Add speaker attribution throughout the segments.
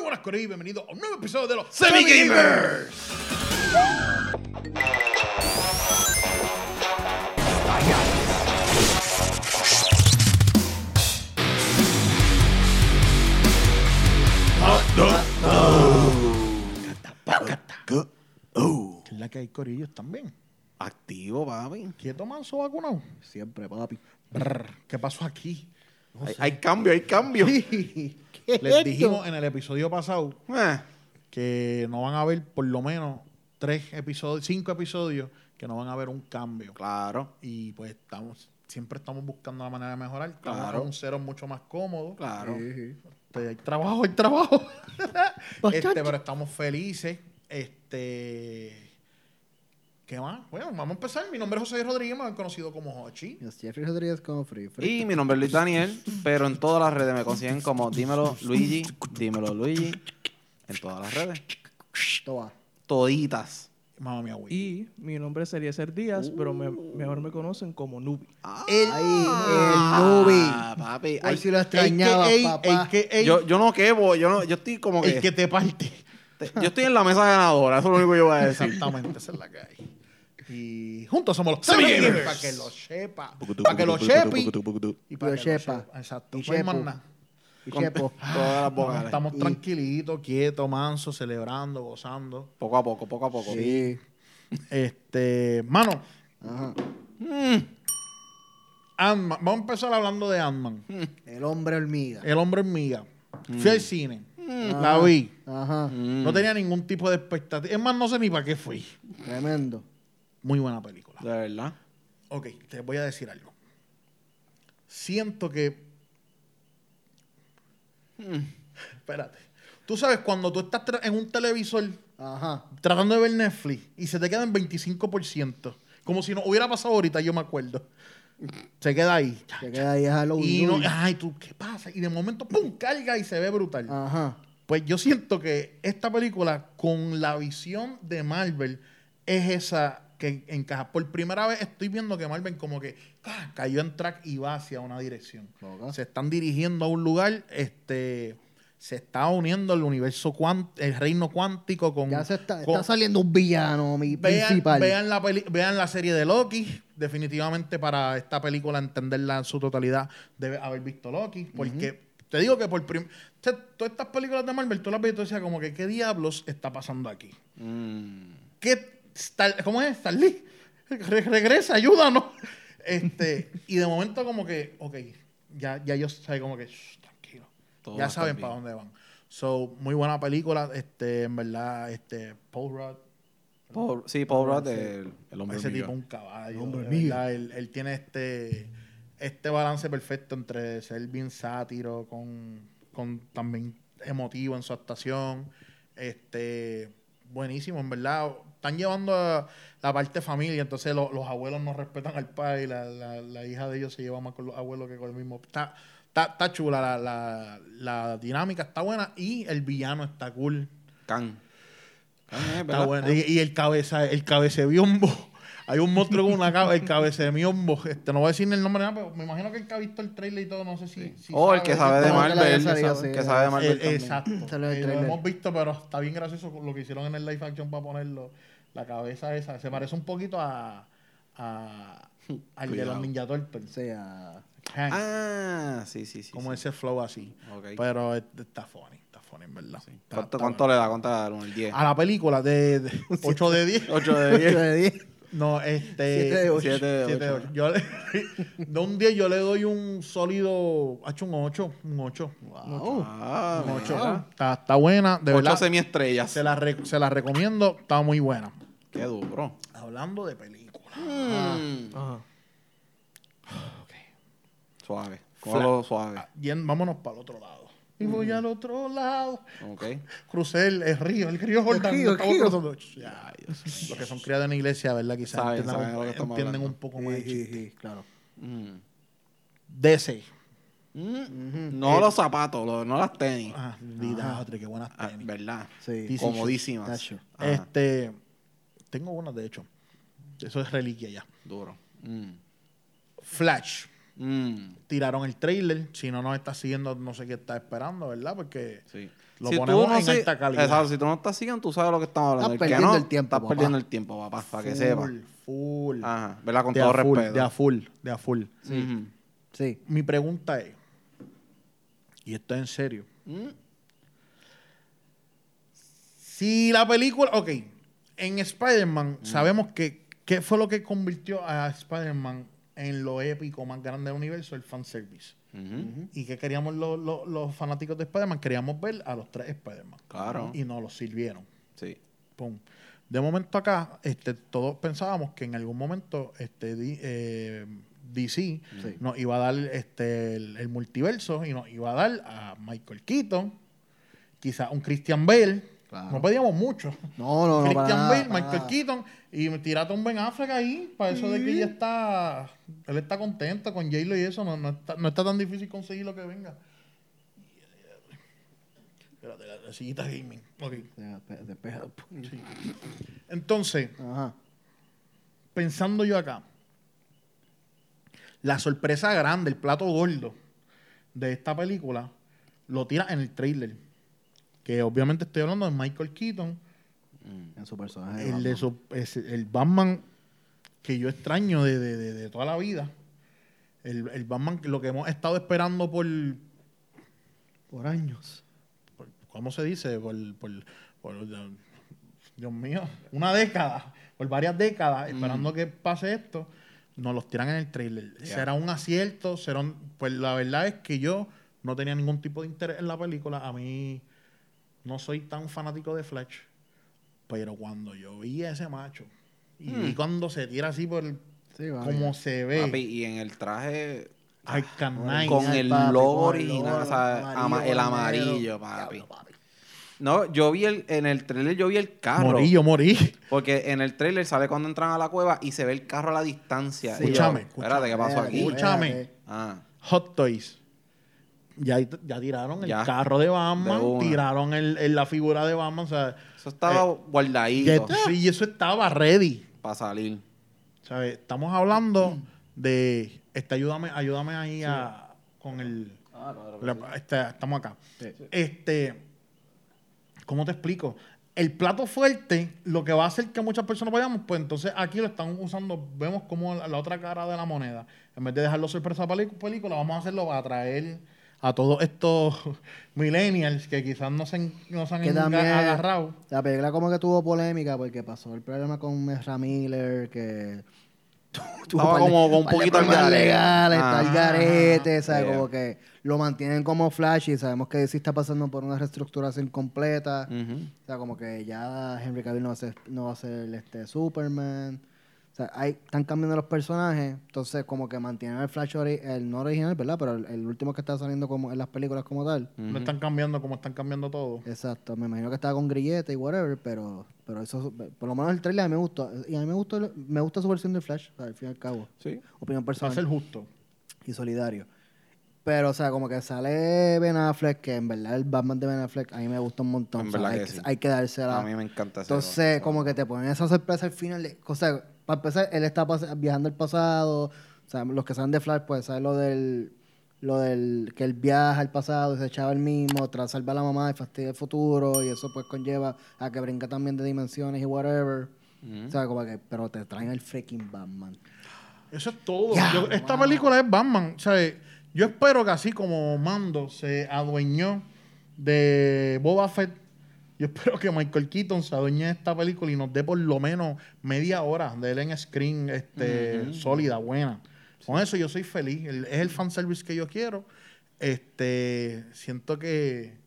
Speaker 1: buenas, Corillo, y bienvenido a un nuevo episodio de los
Speaker 2: Semi
Speaker 1: Gamers. Que es la que hay, Corillos, también.
Speaker 2: Activo, papi.
Speaker 1: ¿Quieto, manso, vacunado?
Speaker 2: Siempre, papi.
Speaker 1: Brr, ¿Qué pasó aquí?
Speaker 2: hay, hay cambio, hay cambio.
Speaker 1: Les dijimos en el episodio pasado
Speaker 2: Eh,
Speaker 1: que no van a haber por lo menos tres episodios, cinco episodios que no van a haber un cambio.
Speaker 2: claro,
Speaker 1: Y pues estamos, siempre estamos buscando la manera de mejorar. Estamos
Speaker 2: Claro.
Speaker 1: con un cero mucho más cómodo.
Speaker 2: claro.
Speaker 1: Este, hay trabajo, hay trabajo. este, pero estamos felices. Este. ¿Qué más? Bueno, vamos a empezar. Mi nombre es José Rodríguez, más conocido como Hochi.
Speaker 3: Yo soy Jeffrey Rodríguez como Free Free.
Speaker 2: Y mi nombre es Luis Daniel, pero en todas las redes me consiguen como Dímelo Luigi, Dímelo Luigi, en todas las redes.
Speaker 3: Toa.
Speaker 2: Toditas.
Speaker 1: Mamá mía, güey.
Speaker 4: Y mi nombre es Eliezer Díaz, pero me- mejor
Speaker 1: Uh.
Speaker 4: me conocen como Nubi.
Speaker 2: Ah, Papi,
Speaker 3: Por
Speaker 2: ay,
Speaker 3: si lo extrañaba,
Speaker 1: el que,
Speaker 3: papá.
Speaker 1: El que, el-
Speaker 2: yo, yo no quebo, yo, no, yo estoy como
Speaker 1: el
Speaker 2: que...
Speaker 1: que te parte.
Speaker 2: te- yo estoy en la mesa ganadora, eso es lo único que yo voy a decir.
Speaker 1: Exactamente, esa es la que hay. Y juntos somos los
Speaker 2: Semi
Speaker 1: Semi-Gamers.
Speaker 2: Gamers.
Speaker 1: Para que lo sepa. Para que lo sepi. Y para
Speaker 3: Lo
Speaker 1: que
Speaker 3: sepa.
Speaker 1: lo sepa. Exacto.
Speaker 3: Y
Speaker 1: No hay más
Speaker 3: sepo.
Speaker 1: nada.
Speaker 3: Y
Speaker 2: Con-
Speaker 3: Chepo.
Speaker 2: Todas las vocales.
Speaker 1: Estamos
Speaker 3: Y-
Speaker 1: tranquilitos, quietos, mansos, celebrando, gozando.
Speaker 2: Poco a poco, poco a poco.
Speaker 3: Sí.
Speaker 1: Este, mano,
Speaker 3: Ajá.
Speaker 1: Ant-Man. Vamos a empezar hablando de Ant-Man.
Speaker 3: El hombre hormiga.
Speaker 1: El hombre hormiga. Fui al cine. La
Speaker 3: Ajá.
Speaker 1: vi.
Speaker 3: Ajá.
Speaker 1: No tenía ningún tipo de expectativa. Es más, no sé ni para qué fui.
Speaker 3: Tremendo.
Speaker 1: Muy buena película.
Speaker 2: De verdad.
Speaker 1: Ok, te voy a decir algo. Siento que. Espérate. Tú sabes, cuando tú estás tra- en un televisor
Speaker 3: Ajá.
Speaker 1: tratando de ver Netflix y se te queda en 25%, como si no hubiera pasado ahorita, yo me acuerdo. Se queda ahí.
Speaker 3: Se queda ahí a
Speaker 1: Y no, ay, tú, ¿qué pasa? Y de momento, ¡pum! carga y se ve brutal.
Speaker 3: Ajá.
Speaker 1: Pues yo siento que esta película, con la visión de Marvel, es esa que encaja. Por primera vez estoy viendo que Marvel como que ah, cayó en track y va hacia una dirección.
Speaker 3: Loca.
Speaker 1: Se están dirigiendo a un lugar, este, se está uniendo el universo cuán- el reino cuántico con.
Speaker 3: Ya se está,
Speaker 1: con-
Speaker 3: está saliendo un villano, mi
Speaker 1: Vean,
Speaker 3: principal.
Speaker 1: vean la peli- vean la serie de Loki. Definitivamente para esta película entenderla en su totalidad debe haber visto Loki. Porque te digo que por prim- o sea, todas estas películas de Marvel, tú las ves y tú decías como que qué diablos está pasando aquí.
Speaker 2: Mm.
Speaker 1: ¿Qué Star- ¿Cómo es? Stan Lee? Re- regresa, ayúdanos. Este, y de momento como que, ok, ya, ya yo sé como que, shh, tranquilo.
Speaker 2: Todo va
Speaker 1: ya
Speaker 2: a estar
Speaker 1: saben
Speaker 2: bien.
Speaker 1: para dónde van. So, muy buena película, este, en verdad, este, Paul Rudd,
Speaker 2: Paul- sí, Paul Rudd, el, el hombre
Speaker 1: ese
Speaker 2: hormiga.
Speaker 1: tipo es un caballo.
Speaker 3: Hombre
Speaker 1: de
Speaker 3: hormiga.
Speaker 1: verdad, él, él tiene este, este balance perfecto entre ser bien sátiro, con, con también emotivo en su actuación. Este, buenísimo, en verdad. Están llevando a la parte familia, entonces lo- los abuelos no respetan al padre y la, la- la hija de ellos se lleva más con los abuelos que con el mismo. Está, está, está chula, la, la- la dinámica está buena y el villano está cool.
Speaker 2: Can. Can es,
Speaker 1: Está
Speaker 2: ¿verdad?
Speaker 1: bueno. Y, y el cabeza, el cabecebiombo. Hay un monstruo con una cabeza, el cabecebiombo. Este, no voy a decir el nombre, nada, pero me imagino que el que ha visto el trailer y todo, no sé si. si
Speaker 2: O Oh, el que sabe de
Speaker 3: Como que la
Speaker 2: Marvel.
Speaker 3: haya
Speaker 2: el que
Speaker 3: salido,
Speaker 2: sabe-
Speaker 3: sí,
Speaker 2: que sabe de
Speaker 3: la-
Speaker 2: Marvel.
Speaker 1: Eh,
Speaker 2: también.
Speaker 1: exacto.
Speaker 3: Sale el
Speaker 1: Eh, lo
Speaker 3: trailer.
Speaker 1: hemos visto, pero está bien gracioso con lo que hicieron en el live action para ponerlo. La cabeza esa. Se parece un poquito a. a- al de los
Speaker 2: Cuidado.
Speaker 1: Ninja
Speaker 3: O
Speaker 1: Turtles.
Speaker 3: sea,
Speaker 1: Hank,
Speaker 2: Ah, sí, sí, sí.
Speaker 1: como
Speaker 2: sí.
Speaker 1: ese flow así.
Speaker 2: Ok.
Speaker 1: Pero este, está funny, está funny, en verdad. Está-
Speaker 2: ¿Cuánto,
Speaker 1: está
Speaker 2: cuánto le da? ¿Cuánto le da? ¿El 10?
Speaker 1: bueno. A la película de, de 8 de 10.
Speaker 2: 8 de
Speaker 3: 8
Speaker 2: 10.
Speaker 3: de 10.
Speaker 1: No, este.
Speaker 3: Siete de ocho.
Speaker 2: Siete de
Speaker 1: siete de
Speaker 2: ocho.
Speaker 1: ocho. Yo le- de un 10 yo le doy un sólido. Ha hecho un 8. Un 8.
Speaker 3: Wow.
Speaker 2: Ah,
Speaker 3: Oh.
Speaker 1: Un 8.
Speaker 2: mira.
Speaker 1: Está, está buena, de
Speaker 2: 8
Speaker 1: verdad.
Speaker 2: semiestrellas.
Speaker 1: Se la, re- se la recomiendo, está muy buena.
Speaker 2: Qué duro.
Speaker 1: Hablando de películas. Ah,
Speaker 2: Mm.
Speaker 4: Ajá.
Speaker 2: Suave. Cógelo suave.
Speaker 1: Ah, y en- vámonos para el otro lado. Y
Speaker 2: Mm.
Speaker 1: voy al otro lado.
Speaker 2: Ok.
Speaker 1: Crucé el, el río, el río Jordán.
Speaker 3: río, el
Speaker 1: estamos
Speaker 3: río.
Speaker 1: cruzando. Ya, Los que son criados en la iglesia, ¿verdad? Quizás
Speaker 2: Saben,
Speaker 1: entiendan,
Speaker 2: saben de
Speaker 1: un,
Speaker 2: lo que estamos
Speaker 1: entienden un
Speaker 2: hablando.
Speaker 1: poco más. el
Speaker 3: Sí,
Speaker 1: chiste.
Speaker 3: sí, claro.
Speaker 2: Mm.
Speaker 1: DC.
Speaker 2: Mm.
Speaker 1: Eh,
Speaker 2: No los zapatos, los- no las tenis.
Speaker 1: Ah, vida, otra, qué buenas
Speaker 2: Ah,
Speaker 1: tenis.
Speaker 2: ¿Verdad?
Speaker 3: Sí.
Speaker 1: Dice-
Speaker 2: Comodísimas.
Speaker 3: Tacho.
Speaker 2: Ajá,
Speaker 1: Este, tengo una de hecho. Eso es reliquia ya.
Speaker 2: Duro. Mm.
Speaker 1: Flash.
Speaker 2: Mm.
Speaker 1: Tiraron el trailer. Si no nos está siguiendo, no sé qué está esperando, ¿verdad? Porque
Speaker 2: Sí.
Speaker 1: Lo
Speaker 2: Si tú
Speaker 1: ponemos
Speaker 2: no
Speaker 1: en
Speaker 2: sig-
Speaker 1: alta calidad.
Speaker 2: Exacto, si tú no estás siguiendo, tú sabes lo que estamos hablando.
Speaker 3: Estás
Speaker 2: que
Speaker 3: perdiendo
Speaker 2: no,
Speaker 3: el tiempo,
Speaker 2: Estás
Speaker 3: papá.
Speaker 2: perdiendo el tiempo, papá, para que
Speaker 1: Full,
Speaker 2: sepa.
Speaker 1: Full.
Speaker 2: Ajá, ¿verdad? Con
Speaker 1: de
Speaker 2: todo
Speaker 1: a full,
Speaker 2: respeto.
Speaker 1: De a full, de a full.
Speaker 2: Ujú.
Speaker 3: Sí.
Speaker 1: Mi pregunta es, y esto es en serio.
Speaker 2: Mm.
Speaker 1: Si la película, ok, en Spider-Man
Speaker 2: Mm.
Speaker 1: sabemos que qué fue lo que convirtió a Spider-Man en lo épico más grande del universo, el fanservice.
Speaker 2: Ujú.
Speaker 1: ¿Y qué queríamos los, los- los fanáticos de Spider-Man? Queríamos ver a los tres Spider-Man.
Speaker 2: Claro.
Speaker 1: Y nos los sirvieron.
Speaker 2: Sí.
Speaker 1: Pum. De momento acá, este, todos pensábamos que en algún momento este, di- eh, DC
Speaker 3: Sí.
Speaker 1: nos iba a dar este, el, el multiverso y nos iba a dar a Michael Keaton, quizás un Christian Bale.
Speaker 3: Claro.
Speaker 1: No pedíamos mucho.
Speaker 3: No, no, no. para
Speaker 1: Christian
Speaker 3: nada,
Speaker 1: Bale,
Speaker 3: para
Speaker 1: Michael
Speaker 3: nada.
Speaker 1: Keaton y tirate un Ben Affleck ahí para eso de que ya está él está contento con J-Lo y eso no, no está, no está tan difícil conseguir lo que venga espérate la, la sillita gaming ok
Speaker 3: Despeja- despeja un poco.
Speaker 1: entonces
Speaker 3: Ajá.
Speaker 1: pensando yo acá la sorpresa grande el plato gordo de esta película lo tira en el trailer que obviamente estoy hablando de Michael Keaton
Speaker 3: En su personaje.
Speaker 1: el,
Speaker 3: vamos.
Speaker 1: de su- es- el Batman que yo extraño de, de- de- de toda la vida. El, el Batman, que lo que hemos estado esperando por,
Speaker 3: Por años.
Speaker 1: por- ¿cómo se dice? Por, por- por- Dios mío, una década, por varias décadas, esperando que pase esto, nos los tiran en el trailer.
Speaker 2: Ya.
Speaker 1: Será un acierto, será un- pues la verdad es que yo no tenía ningún tipo de interés en la película. A mí no soy tan fanático de Flash, pero cuando yo vi a ese macho y vi cuando se tira así por el-
Speaker 3: Sí, va.
Speaker 1: como se ve,
Speaker 2: Hmm. Papi, y en el traje
Speaker 1: ay, can
Speaker 3: Ay,
Speaker 2: con
Speaker 3: ay,
Speaker 2: el
Speaker 3: papi,
Speaker 2: logo
Speaker 3: con el
Speaker 2: original,
Speaker 3: logo
Speaker 2: o sea, ama-
Speaker 3: amarillo,
Speaker 2: el
Speaker 3: negro.
Speaker 2: amarillo, papi. No, yo vi el, en el trailer yo vi el carro.
Speaker 1: morí, yo morí.
Speaker 2: Porque en el trailer sale cuando entran a la cueva y se ve el carro a la distancia.
Speaker 3: Sí.
Speaker 2: Y yo,
Speaker 1: Escúchame,
Speaker 2: Espérate, ¿qué pasó aquí?
Speaker 1: escúchame.
Speaker 3: Espérate.
Speaker 2: Ah,
Speaker 1: Hot Toys. Ya, ya tiraron
Speaker 2: Ya.
Speaker 1: el carro de
Speaker 2: De
Speaker 1: Batman,
Speaker 2: una.
Speaker 1: tiraron el, el- la figura de Batman. O sea,
Speaker 2: eso estaba
Speaker 1: Eh, ya
Speaker 2: guardadito
Speaker 1: esto- sí, eso estaba ready.
Speaker 2: para salir.
Speaker 1: ¿sabes? Estamos hablando de. Este, ayúdame, ayúdame ahí a, con el. la- este, estamos acá.
Speaker 3: Sí.
Speaker 1: Este. ¿Cómo te explico? El plato fuerte, lo que va a hacer que muchas personas vayamos, pues entonces aquí lo están usando, vemos como la, la otra cara de la moneda. En vez de dejarlo sorpresa para la película, vamos a hacerlo para atraer a todos estos millennials que quizás no se, han- no se han
Speaker 3: Que también-
Speaker 1: agarrado.
Speaker 3: La película como que tuvo polémica porque pasó el problema con Ezra Miller que tu- tuvo
Speaker 2: Estaba
Speaker 3: par de-
Speaker 2: como con un
Speaker 3: par de
Speaker 2: poquito al
Speaker 3: problemas
Speaker 2: garete.
Speaker 3: legales,
Speaker 2: Ah.
Speaker 3: tal garete, ¿sabes?
Speaker 2: Yeah.
Speaker 3: Como que lo mantienen como flash y sabemos que sí está pasando por una reestructuración completa.
Speaker 2: Ujú.
Speaker 3: O sea, como que ya Henry Cavill no va a ser, no va a ser este Superman. O sea, hay, están cambiando los personajes, entonces como que mantienen el Flash, ori- el no original, ¿verdad? Pero el, el último que está saliendo como en las películas como tal.
Speaker 1: No están cambiando como están cambiando todo.
Speaker 3: Exacto, me imagino que estaba con grillete y whatever, pero, pero eso, por lo menos el trailer a mí me gustó. Y a mí me gustó, el- me gusta su versión del Flash, o sea, al fin y al cabo.
Speaker 2: Sí.
Speaker 3: Opinión
Speaker 1: Va a ser
Speaker 3: personal
Speaker 1: justo.
Speaker 3: y solidario. Pero, o sea, como que sale Ben Affleck, que en verdad el Batman de Ben Affleck a mí me gusta un montón.
Speaker 2: En
Speaker 3: o sea,
Speaker 2: verdad
Speaker 3: hay,
Speaker 2: que
Speaker 3: que-
Speaker 2: sí.
Speaker 3: hay que dársela.
Speaker 2: A mí me encanta ese
Speaker 3: Entonces,
Speaker 2: logo.
Speaker 3: como que te ponen esa sorpresa al final. de- o sea, para empezar, él está pas- viajando al pasado. O sea, los que saben de Flash, pues saben lo del. Lo del que él viaja al pasado y se echaba el mismo, tras salvar a la mamá y fastidia el futuro, y eso pues conlleva a que brinca también de dimensiones y whatever. O sea, como que, pero te traen el freaking Batman.
Speaker 1: Eso es todo.
Speaker 3: Ya,
Speaker 1: Yo- esta
Speaker 3: wow.
Speaker 1: película es Batman. ¿sabes? Yo espero que así como Mando se adueñó de Boba Fett, yo espero que Michael Keaton se adueñe de esta película y nos dé por lo menos media hora de él en screen este, sólida, buena. Con eso yo soy feliz. El- es el fanservice que yo quiero. Este, siento que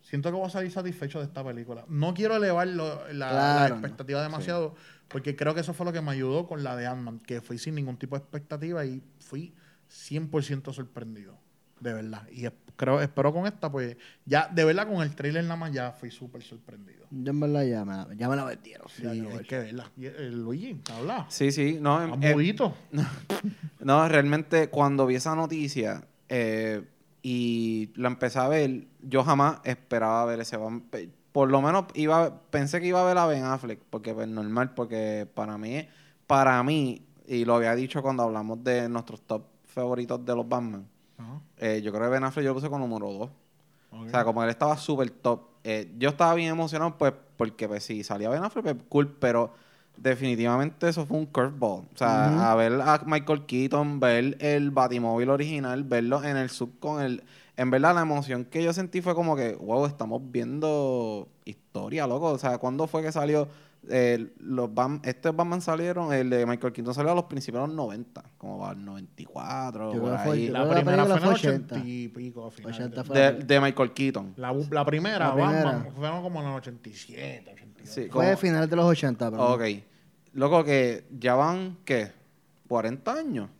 Speaker 1: siento que voy a salir satisfecho de esta película. No quiero elevar lo- la, la
Speaker 3: Claro, no.
Speaker 1: expectativa demasiado, porque creo que eso fue lo que me ayudó con la de Ant-Man, que fui sin ningún tipo de expectativa y fui 100% sorprendido, de verdad. Y es- creo, espero con esta, pues, ya, de verdad, con el trailer nada más ya fui súper sorprendido.
Speaker 3: Yo en verdad ya me la, ya me la vendieron.
Speaker 1: Sí,
Speaker 3: Ya yo-
Speaker 1: hay que verla. Y, eh, Luigi, habla.
Speaker 2: Sí, sí. No, em-
Speaker 1: Estás
Speaker 2: em-
Speaker 1: mudito.
Speaker 2: No, realmente cuando vi esa noticia eh, y la empecé a ver, yo jamás esperaba ver ese Batman. Pe- Por lo menos iba a- pensé que iba a ver a Ben Affleck, porque es normal, porque para mí, para mí, y lo había dicho cuando hablamos de nuestros top favoritos de los Batman,
Speaker 1: Ajá.
Speaker 2: eh, yo creo que Ben Affleck yo lo puse como número 2.
Speaker 1: Ah, Ok.
Speaker 2: O sea, como que él estaba súper top. Eh, yo estaba bien emocionado, pues, porque pues, si salía Ben Affleck, pues, cool, pero definitivamente eso fue un curveball. O sea, a ver a Michael Keaton, ver el Batimóvil original, verlo en el sub con el... En verdad, la emoción que yo sentí fue como que, wow, estamos viendo historia, loco. O sea, ¿cuándo fue que salió... eh, los Bam, estos Batman salieron, el de Michael Keaton salió a los principios de los 90, como para el 94,
Speaker 3: Yo
Speaker 2: por
Speaker 3: creo que fue-
Speaker 2: ahí.
Speaker 3: yo
Speaker 1: La
Speaker 3: Pero la
Speaker 1: primera fue
Speaker 3: película
Speaker 1: en el
Speaker 3: fue
Speaker 1: 80
Speaker 3: 80.
Speaker 1: y pico. a final
Speaker 3: 80
Speaker 1: de-
Speaker 3: fue-
Speaker 2: De, de Michael Keaton.
Speaker 1: La, bu- la primera,
Speaker 3: La
Speaker 1: Batman,
Speaker 3: primera.
Speaker 1: fueron como en el 87, 88.
Speaker 2: Sí,
Speaker 3: Fue
Speaker 2: como-
Speaker 3: de finales de los 80, pero.
Speaker 2: Ok. Loco, que ya van, ¿qué? ¿40 años?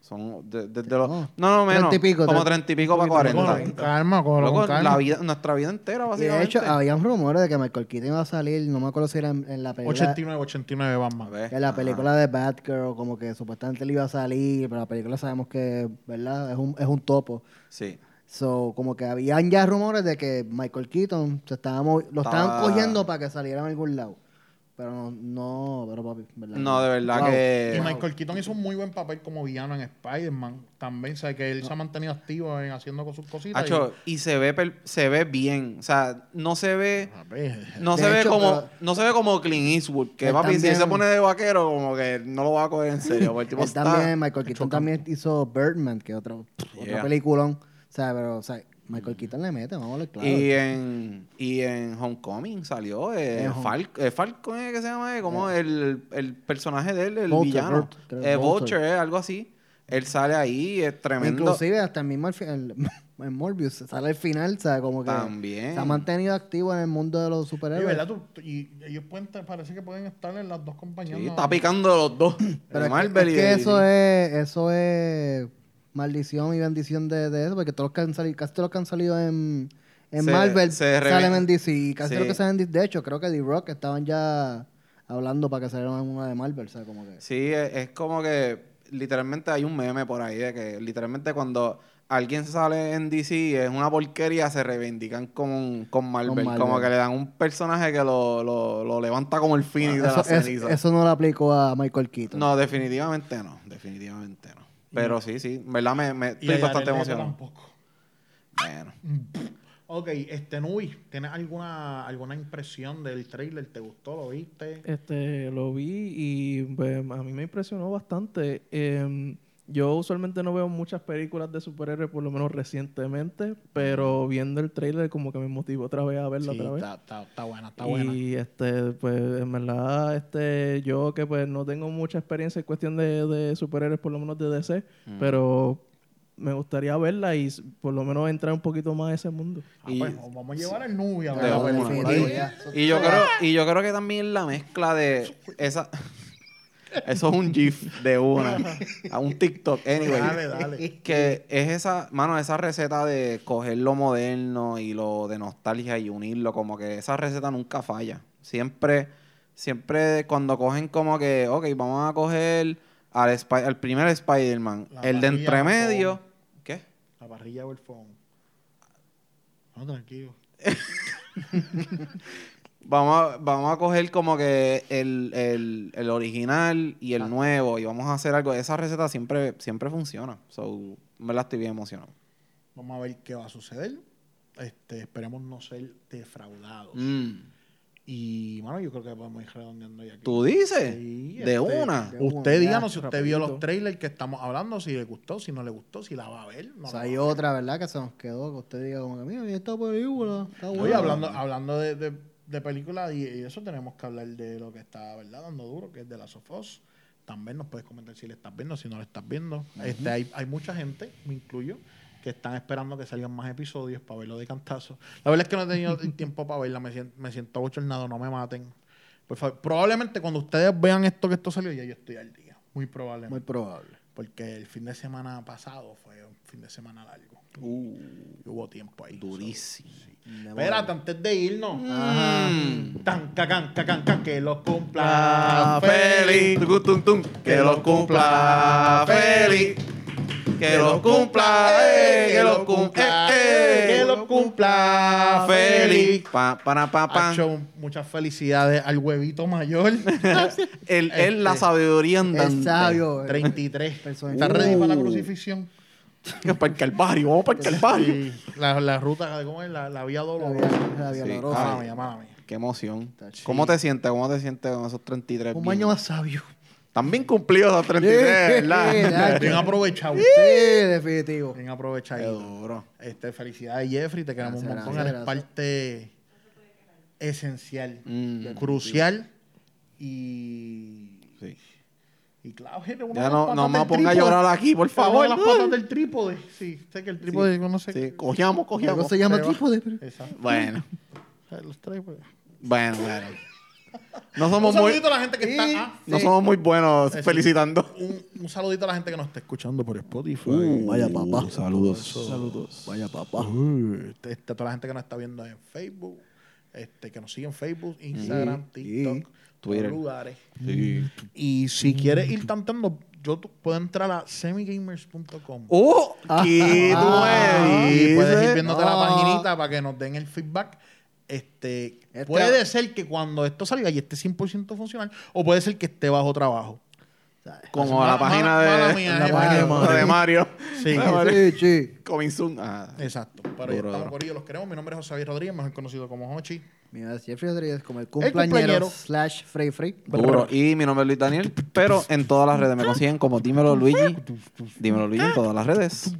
Speaker 2: Son de- desde los...
Speaker 3: No.
Speaker 2: No, no, menos.
Speaker 3: 30 Oh, y pico,
Speaker 2: como
Speaker 3: tre-
Speaker 2: 30 y pico para
Speaker 1: Cógelo
Speaker 2: 40.
Speaker 1: Con calma, cógelo
Speaker 2: Loco,
Speaker 1: con calma.
Speaker 2: la vida, nuestra vida entera,
Speaker 3: Y de
Speaker 2: básicamente.
Speaker 3: hecho, habían rumores de que Michael Keaton iba a salir, no me acuerdo si era en, en la película.
Speaker 1: 89, 89 Batman.
Speaker 3: En la película de Batgirl, como que supuestamente le iba a salir, pero la película sabemos que, ¿verdad? Es un, es un topo.
Speaker 2: Sí.
Speaker 3: So, como que habían ya rumores de que Michael Keaton se estaba movi- lo estaban
Speaker 2: Estaba-
Speaker 3: cogiendo para que saliera en algún lado. Pero no, no, pero papi, ¿verdad?
Speaker 2: No, de verdad
Speaker 3: Wow.
Speaker 2: que...
Speaker 1: Y Michael Keaton hizo un muy buen papel como villano en Spider-Man. También, o sea, que él se ha mantenido activo en haciendo con sus cositas.
Speaker 2: Hacho, y se ve, per- se ve bien. O sea, no se ve...
Speaker 1: y- A ver,
Speaker 2: No
Speaker 3: De
Speaker 2: se, ve
Speaker 3: hecho,
Speaker 2: como,
Speaker 3: pero-
Speaker 2: no se ve como Clint Eastwood, que
Speaker 3: Él
Speaker 2: papi, si él se
Speaker 3: también-
Speaker 2: pone de vaquero, como que no lo va a coger en serio. porque el tipo
Speaker 3: Él
Speaker 2: está-
Speaker 3: también, Michael Keaton también hizo Birdman, que otro,
Speaker 2: Yeah.
Speaker 3: otro peliculón. O sea, pero, o sea, Michael Keaton le mete, vamos a hablar claro.
Speaker 2: Y en, y en Homecoming salió eh,
Speaker 3: En Home-
Speaker 2: Fal- eh, Falcon, ¿eh? ¿qué se llama? Como el, el personaje de él, el
Speaker 3: Vulture,
Speaker 2: villano.
Speaker 3: Vult- creo que
Speaker 2: Eh,
Speaker 3: Vulture.
Speaker 2: Vulture, eh, algo así. Él sale ahí, es tremendo.
Speaker 3: Inclusive hasta el mismo al fi- el- en Morbius sale al final, o sea, como que
Speaker 2: También.
Speaker 3: se ha mantenido activo en el mundo de los
Speaker 1: y,
Speaker 3: superhéroes.
Speaker 1: ¿verdad? Tú- y ellos pueden, parece que pueden estar en las dos compañías.
Speaker 2: Sí,
Speaker 1: ¿no?
Speaker 2: está picando los dos.
Speaker 3: Pero
Speaker 2: el
Speaker 3: es que-
Speaker 2: Marvel
Speaker 3: es
Speaker 2: y
Speaker 3: que
Speaker 2: el-
Speaker 3: eso es, eso es maldición y bendición de, de eso, porque todos los que han salido, casi todos los que han salido en, en
Speaker 2: Se-
Speaker 3: Marvel
Speaker 2: se reven-
Speaker 3: salen en DC. y Casi
Speaker 2: Sí.
Speaker 3: todos los que salen en DC. De hecho, creo que D-Rock estaban ya hablando para que salieran en una de Marvel, o sea, como que...
Speaker 2: Sí, es, es como que literalmente hay un meme por ahí de que literalmente cuando alguien sale en DC y es una porquería, se reivindican con, con, Marvel,
Speaker 3: Marvel.
Speaker 2: Como que le dan un personaje que lo, lo, lo levanta como el Phoenix de
Speaker 3: eso,
Speaker 2: la
Speaker 3: es-
Speaker 2: ceniza.
Speaker 3: eso no lo aplicó a Michael Keaton.
Speaker 2: No, definitivamente no. Definitivamente no. Pero sí, sí. En verdad me, me
Speaker 1: Mm. Y a
Speaker 2: estoy bastante
Speaker 1: Jared Leto
Speaker 2: emocionado.
Speaker 1: tampoco.
Speaker 2: Bueno.
Speaker 1: Ok, este Nui, ¿tienes alguna, alguna impresión del trailer? ¿Te gustó? ¿Lo viste?
Speaker 4: Este, lo vi y pues, a mí me impresionó bastante. Em, yo usualmente no veo muchas películas de superhéroes, por lo menos recientemente, pero viendo el tráiler como que me motivó otra vez a verla
Speaker 1: Sí,
Speaker 4: otra vez.
Speaker 1: está, está- está buena, está
Speaker 4: y
Speaker 1: buena.
Speaker 4: este, pues, en verdad, este, yo que pues no tengo mucha experiencia en cuestión de, de superhéroes, por lo menos de DC,
Speaker 1: Mm.
Speaker 4: pero me gustaría verla y s- por lo menos entrar un poquito más a ese mundo.
Speaker 1: Ah,
Speaker 2: y-
Speaker 1: pues, vamos a llevar al Nui a ver
Speaker 2: de
Speaker 1: la
Speaker 2: una.
Speaker 1: película.
Speaker 3: Sí,
Speaker 1: Ahí.
Speaker 3: ya.
Speaker 2: Y yo creo, y yo creo que también la mezcla de esa. Eso es un GIF de una. A un TikTok. Anyway.
Speaker 1: Dale, dale.
Speaker 2: Que es esa, mano, esa receta de coger lo moderno y lo de nostalgia y unirlo, como que esa receta nunca falla. Siempre, siempre cuando cogen como que, ok, vamos a coger al, Spi- al primer Spider-Man,
Speaker 1: La
Speaker 2: el de
Speaker 1: parrilla,
Speaker 2: entremedio. ¿Qué?
Speaker 1: La parrilla o el phone. No, tranquilo.
Speaker 2: Vamos a, vamos a coger como que el, el- el original y el nuevo y vamos a hacer algo. Esa receta siempre, siempre funciona. So, me la estoy bien emocionado.
Speaker 1: Vamos a ver qué va a suceder. Este, esperemos no ser defraudados.
Speaker 2: Mm.
Speaker 1: Y bueno, yo creo que podemos ir redondeando ya aquí.
Speaker 2: ¿Tú dices?
Speaker 1: Sí,
Speaker 2: de
Speaker 1: este,
Speaker 2: una.
Speaker 3: de
Speaker 1: Usted díganos si usted vio
Speaker 4: rapidito.
Speaker 1: los trailers que estamos hablando, si le gustó, si no le gustó, si la va a ver. No
Speaker 3: O sea,
Speaker 1: la
Speaker 3: hay
Speaker 1: va a ver.
Speaker 3: otra, ¿verdad? Que se nos quedó, que usted diga como que, mira, mira esta película, está
Speaker 1: Oye,
Speaker 3: buena".
Speaker 1: hablando, hablando de, de, de películas y, y eso tenemos que hablar de lo que está, ¿verdad? Dando duro, que es de la Sofos. También nos puedes comentar si le estás viendo, si no le estás viendo. este, hay, hay mucha gente, me incluyo, que están esperando que salgan más episodios para verlo de cantazo. La verdad es que no he tenido el tiempo para verla, me siento, me siento abochornado, no me maten. Por favor, probablemente cuando ustedes vean esto que esto salió, ya yo estoy al día. Muy probablemente.
Speaker 3: Muy probable.
Speaker 1: porque el fin de semana pasado fue un fin de semana largo.
Speaker 2: Uh,
Speaker 1: Y hubo tiempo ahí.
Speaker 2: durísimo.
Speaker 1: Espérate, antes de irnos.
Speaker 3: Ah,
Speaker 2: Mm.
Speaker 1: Tan, cacan, cacan, ca, que los cumpla
Speaker 2: Cumpla
Speaker 3: Ah,
Speaker 2: Ah, feliz. Tucu, tum, tum. Que los cumpla feliz. Que los cumpla, eh, que los cumpla, eh,
Speaker 1: que los cumpla feliz.
Speaker 2: Pa, para, pa, pa.
Speaker 1: Hacho, muchas felicidades al huevito mayor.
Speaker 2: El, el, la
Speaker 1: Este,
Speaker 2: sabiduría andante.
Speaker 3: El sabio.
Speaker 1: 33.
Speaker 3: Persona- Uh.
Speaker 1: ¿Estás ready para la crucifixión?
Speaker 2: para el Calvario, vamos para el Calvario.
Speaker 1: Y la, la ruta, ¿cómo es? La, la vía
Speaker 3: La
Speaker 1: dolorosa.
Speaker 3: vía- la vía
Speaker 2: Sí,
Speaker 3: dolorosa.
Speaker 1: Mala
Speaker 2: Ay.
Speaker 1: mía, mala mía.
Speaker 2: Qué emoción.
Speaker 3: Sí.
Speaker 2: ¿Cómo te sientes? ¿Cómo te sientes con esos 33?
Speaker 3: Un
Speaker 2: bien?
Speaker 3: año más sabio.
Speaker 2: También cumplidos los 33, ¿verdad?
Speaker 3: Yeah,
Speaker 1: Bien
Speaker 3: yeah.
Speaker 1: aprovechado.
Speaker 3: Sí, definitivo.
Speaker 1: Bien
Speaker 2: Qué
Speaker 1: aprovechado.
Speaker 2: duro.
Speaker 1: Este, felicidades, Jeffrey. Te queremos un
Speaker 3: Gracias,
Speaker 1: montón.
Speaker 3: gracias,
Speaker 1: Eres
Speaker 3: gracias.
Speaker 1: parte esencial,
Speaker 2: Mm,
Speaker 1: crucial y.
Speaker 2: sí.
Speaker 1: Y claro, eres una
Speaker 2: Ya
Speaker 1: de
Speaker 2: no,
Speaker 1: las
Speaker 2: no
Speaker 1: patas
Speaker 2: me
Speaker 1: del
Speaker 2: ponga a
Speaker 1: trípode.
Speaker 2: llorar aquí, por
Speaker 1: Eres una
Speaker 2: favor.
Speaker 1: de las patas del trípode. Sí, sé que el trípode, yo no sé.
Speaker 2: Sí, cogíamos,
Speaker 3: Algo
Speaker 2: cogíamos.
Speaker 3: se llama
Speaker 1: pero-
Speaker 3: tipo de. pero-
Speaker 1: Exacto.
Speaker 2: Bueno,
Speaker 1: Los trípodes.
Speaker 2: bueno, bueno. No
Speaker 1: Un
Speaker 2: somos muy,
Speaker 1: saludito a la gente que
Speaker 3: Sí.
Speaker 1: está. ah,
Speaker 2: no somos muy buenos
Speaker 1: Eso.
Speaker 2: felicitando.
Speaker 1: un, un saludito a la gente que nos está escuchando por Spotify.
Speaker 2: Uh,
Speaker 3: Vaya papá.
Speaker 2: Saludos.
Speaker 3: Vaya papá.
Speaker 1: Uh, este, este, toda la gente que nos está viendo en Facebook, este, que nos sigue en Facebook, Instagram, TikTok, todos
Speaker 2: Twitter.
Speaker 1: los lugares. Y si quieres
Speaker 3: Mm.
Speaker 1: ir tanteando, yo tu- puedo entrar a semigamers.com.
Speaker 2: ¡Oh! ¿Qué tú
Speaker 3: Ah.
Speaker 2: me
Speaker 1: y puedes ir
Speaker 2: dices?
Speaker 1: viéndote
Speaker 3: Ah.
Speaker 1: la paginita para que nos den el feedback. Este,
Speaker 3: Este-
Speaker 1: puede ser que cuando esto salga y esté 100% funcional, o puede ser que esté bajo trabajo.
Speaker 2: Ah, Como
Speaker 1: Mala-
Speaker 2: la página de,
Speaker 1: mala mía,
Speaker 2: la
Speaker 1: eh,
Speaker 2: página de
Speaker 3: mala
Speaker 2: Mario.
Speaker 3: mía.
Speaker 1: Sí. Eh,
Speaker 2: Ah, vale.
Speaker 3: Sí, sí.
Speaker 2: Coming soon. Ah,
Speaker 1: Exacto. Pero ya
Speaker 2: Duro,
Speaker 1: estamos
Speaker 2: duro.
Speaker 1: por ello, los queremos. Mi nombre es José Javier Rodríguez, mejor conocido como Hochi.
Speaker 3: Mira, Jeffrey Rodríguez como el
Speaker 1: cumpleañero.
Speaker 3: cumpleañero slash Frey Frey.
Speaker 2: duro. Y mi nombre es Luis Daniel, pero en todas las redes me consiguen como Dímelo Luigi. Dímelo Luigi en todas las redes.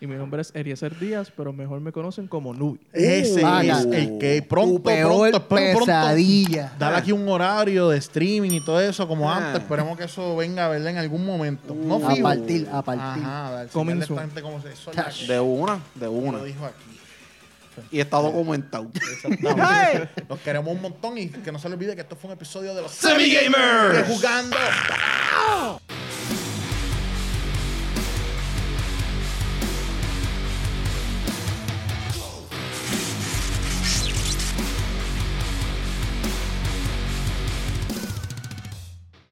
Speaker 4: Y mi nombre es Eliezer Díaz, pero mejor me conocen como Nubi.
Speaker 1: Ese
Speaker 3: vaya.
Speaker 1: es el
Speaker 2: Uh,
Speaker 1: que pronto,
Speaker 3: Uh, Tu peor
Speaker 1: pronto, espero pronto.
Speaker 3: pesadilla.
Speaker 1: Dale aquí un horario de streaming y todo eso, como
Speaker 2: Ah. Uh,
Speaker 1: antes. Esperemos que eso venga, ¿verdad? En algún momento. No
Speaker 3: A
Speaker 1: fijo.
Speaker 3: partir, a partir.
Speaker 1: Ajá, dale, enseñarle
Speaker 4: Coming
Speaker 1: a esta
Speaker 4: soon.
Speaker 1: gente cómo se- eso ya-
Speaker 3: Tash.
Speaker 2: De una, de una.
Speaker 1: Lo dijo aquí.
Speaker 2: Y está documentado.
Speaker 1: Exactamente. Los queremos un montón y que no se les olvide que esto fue un episodio de los Semi Gamers jugando.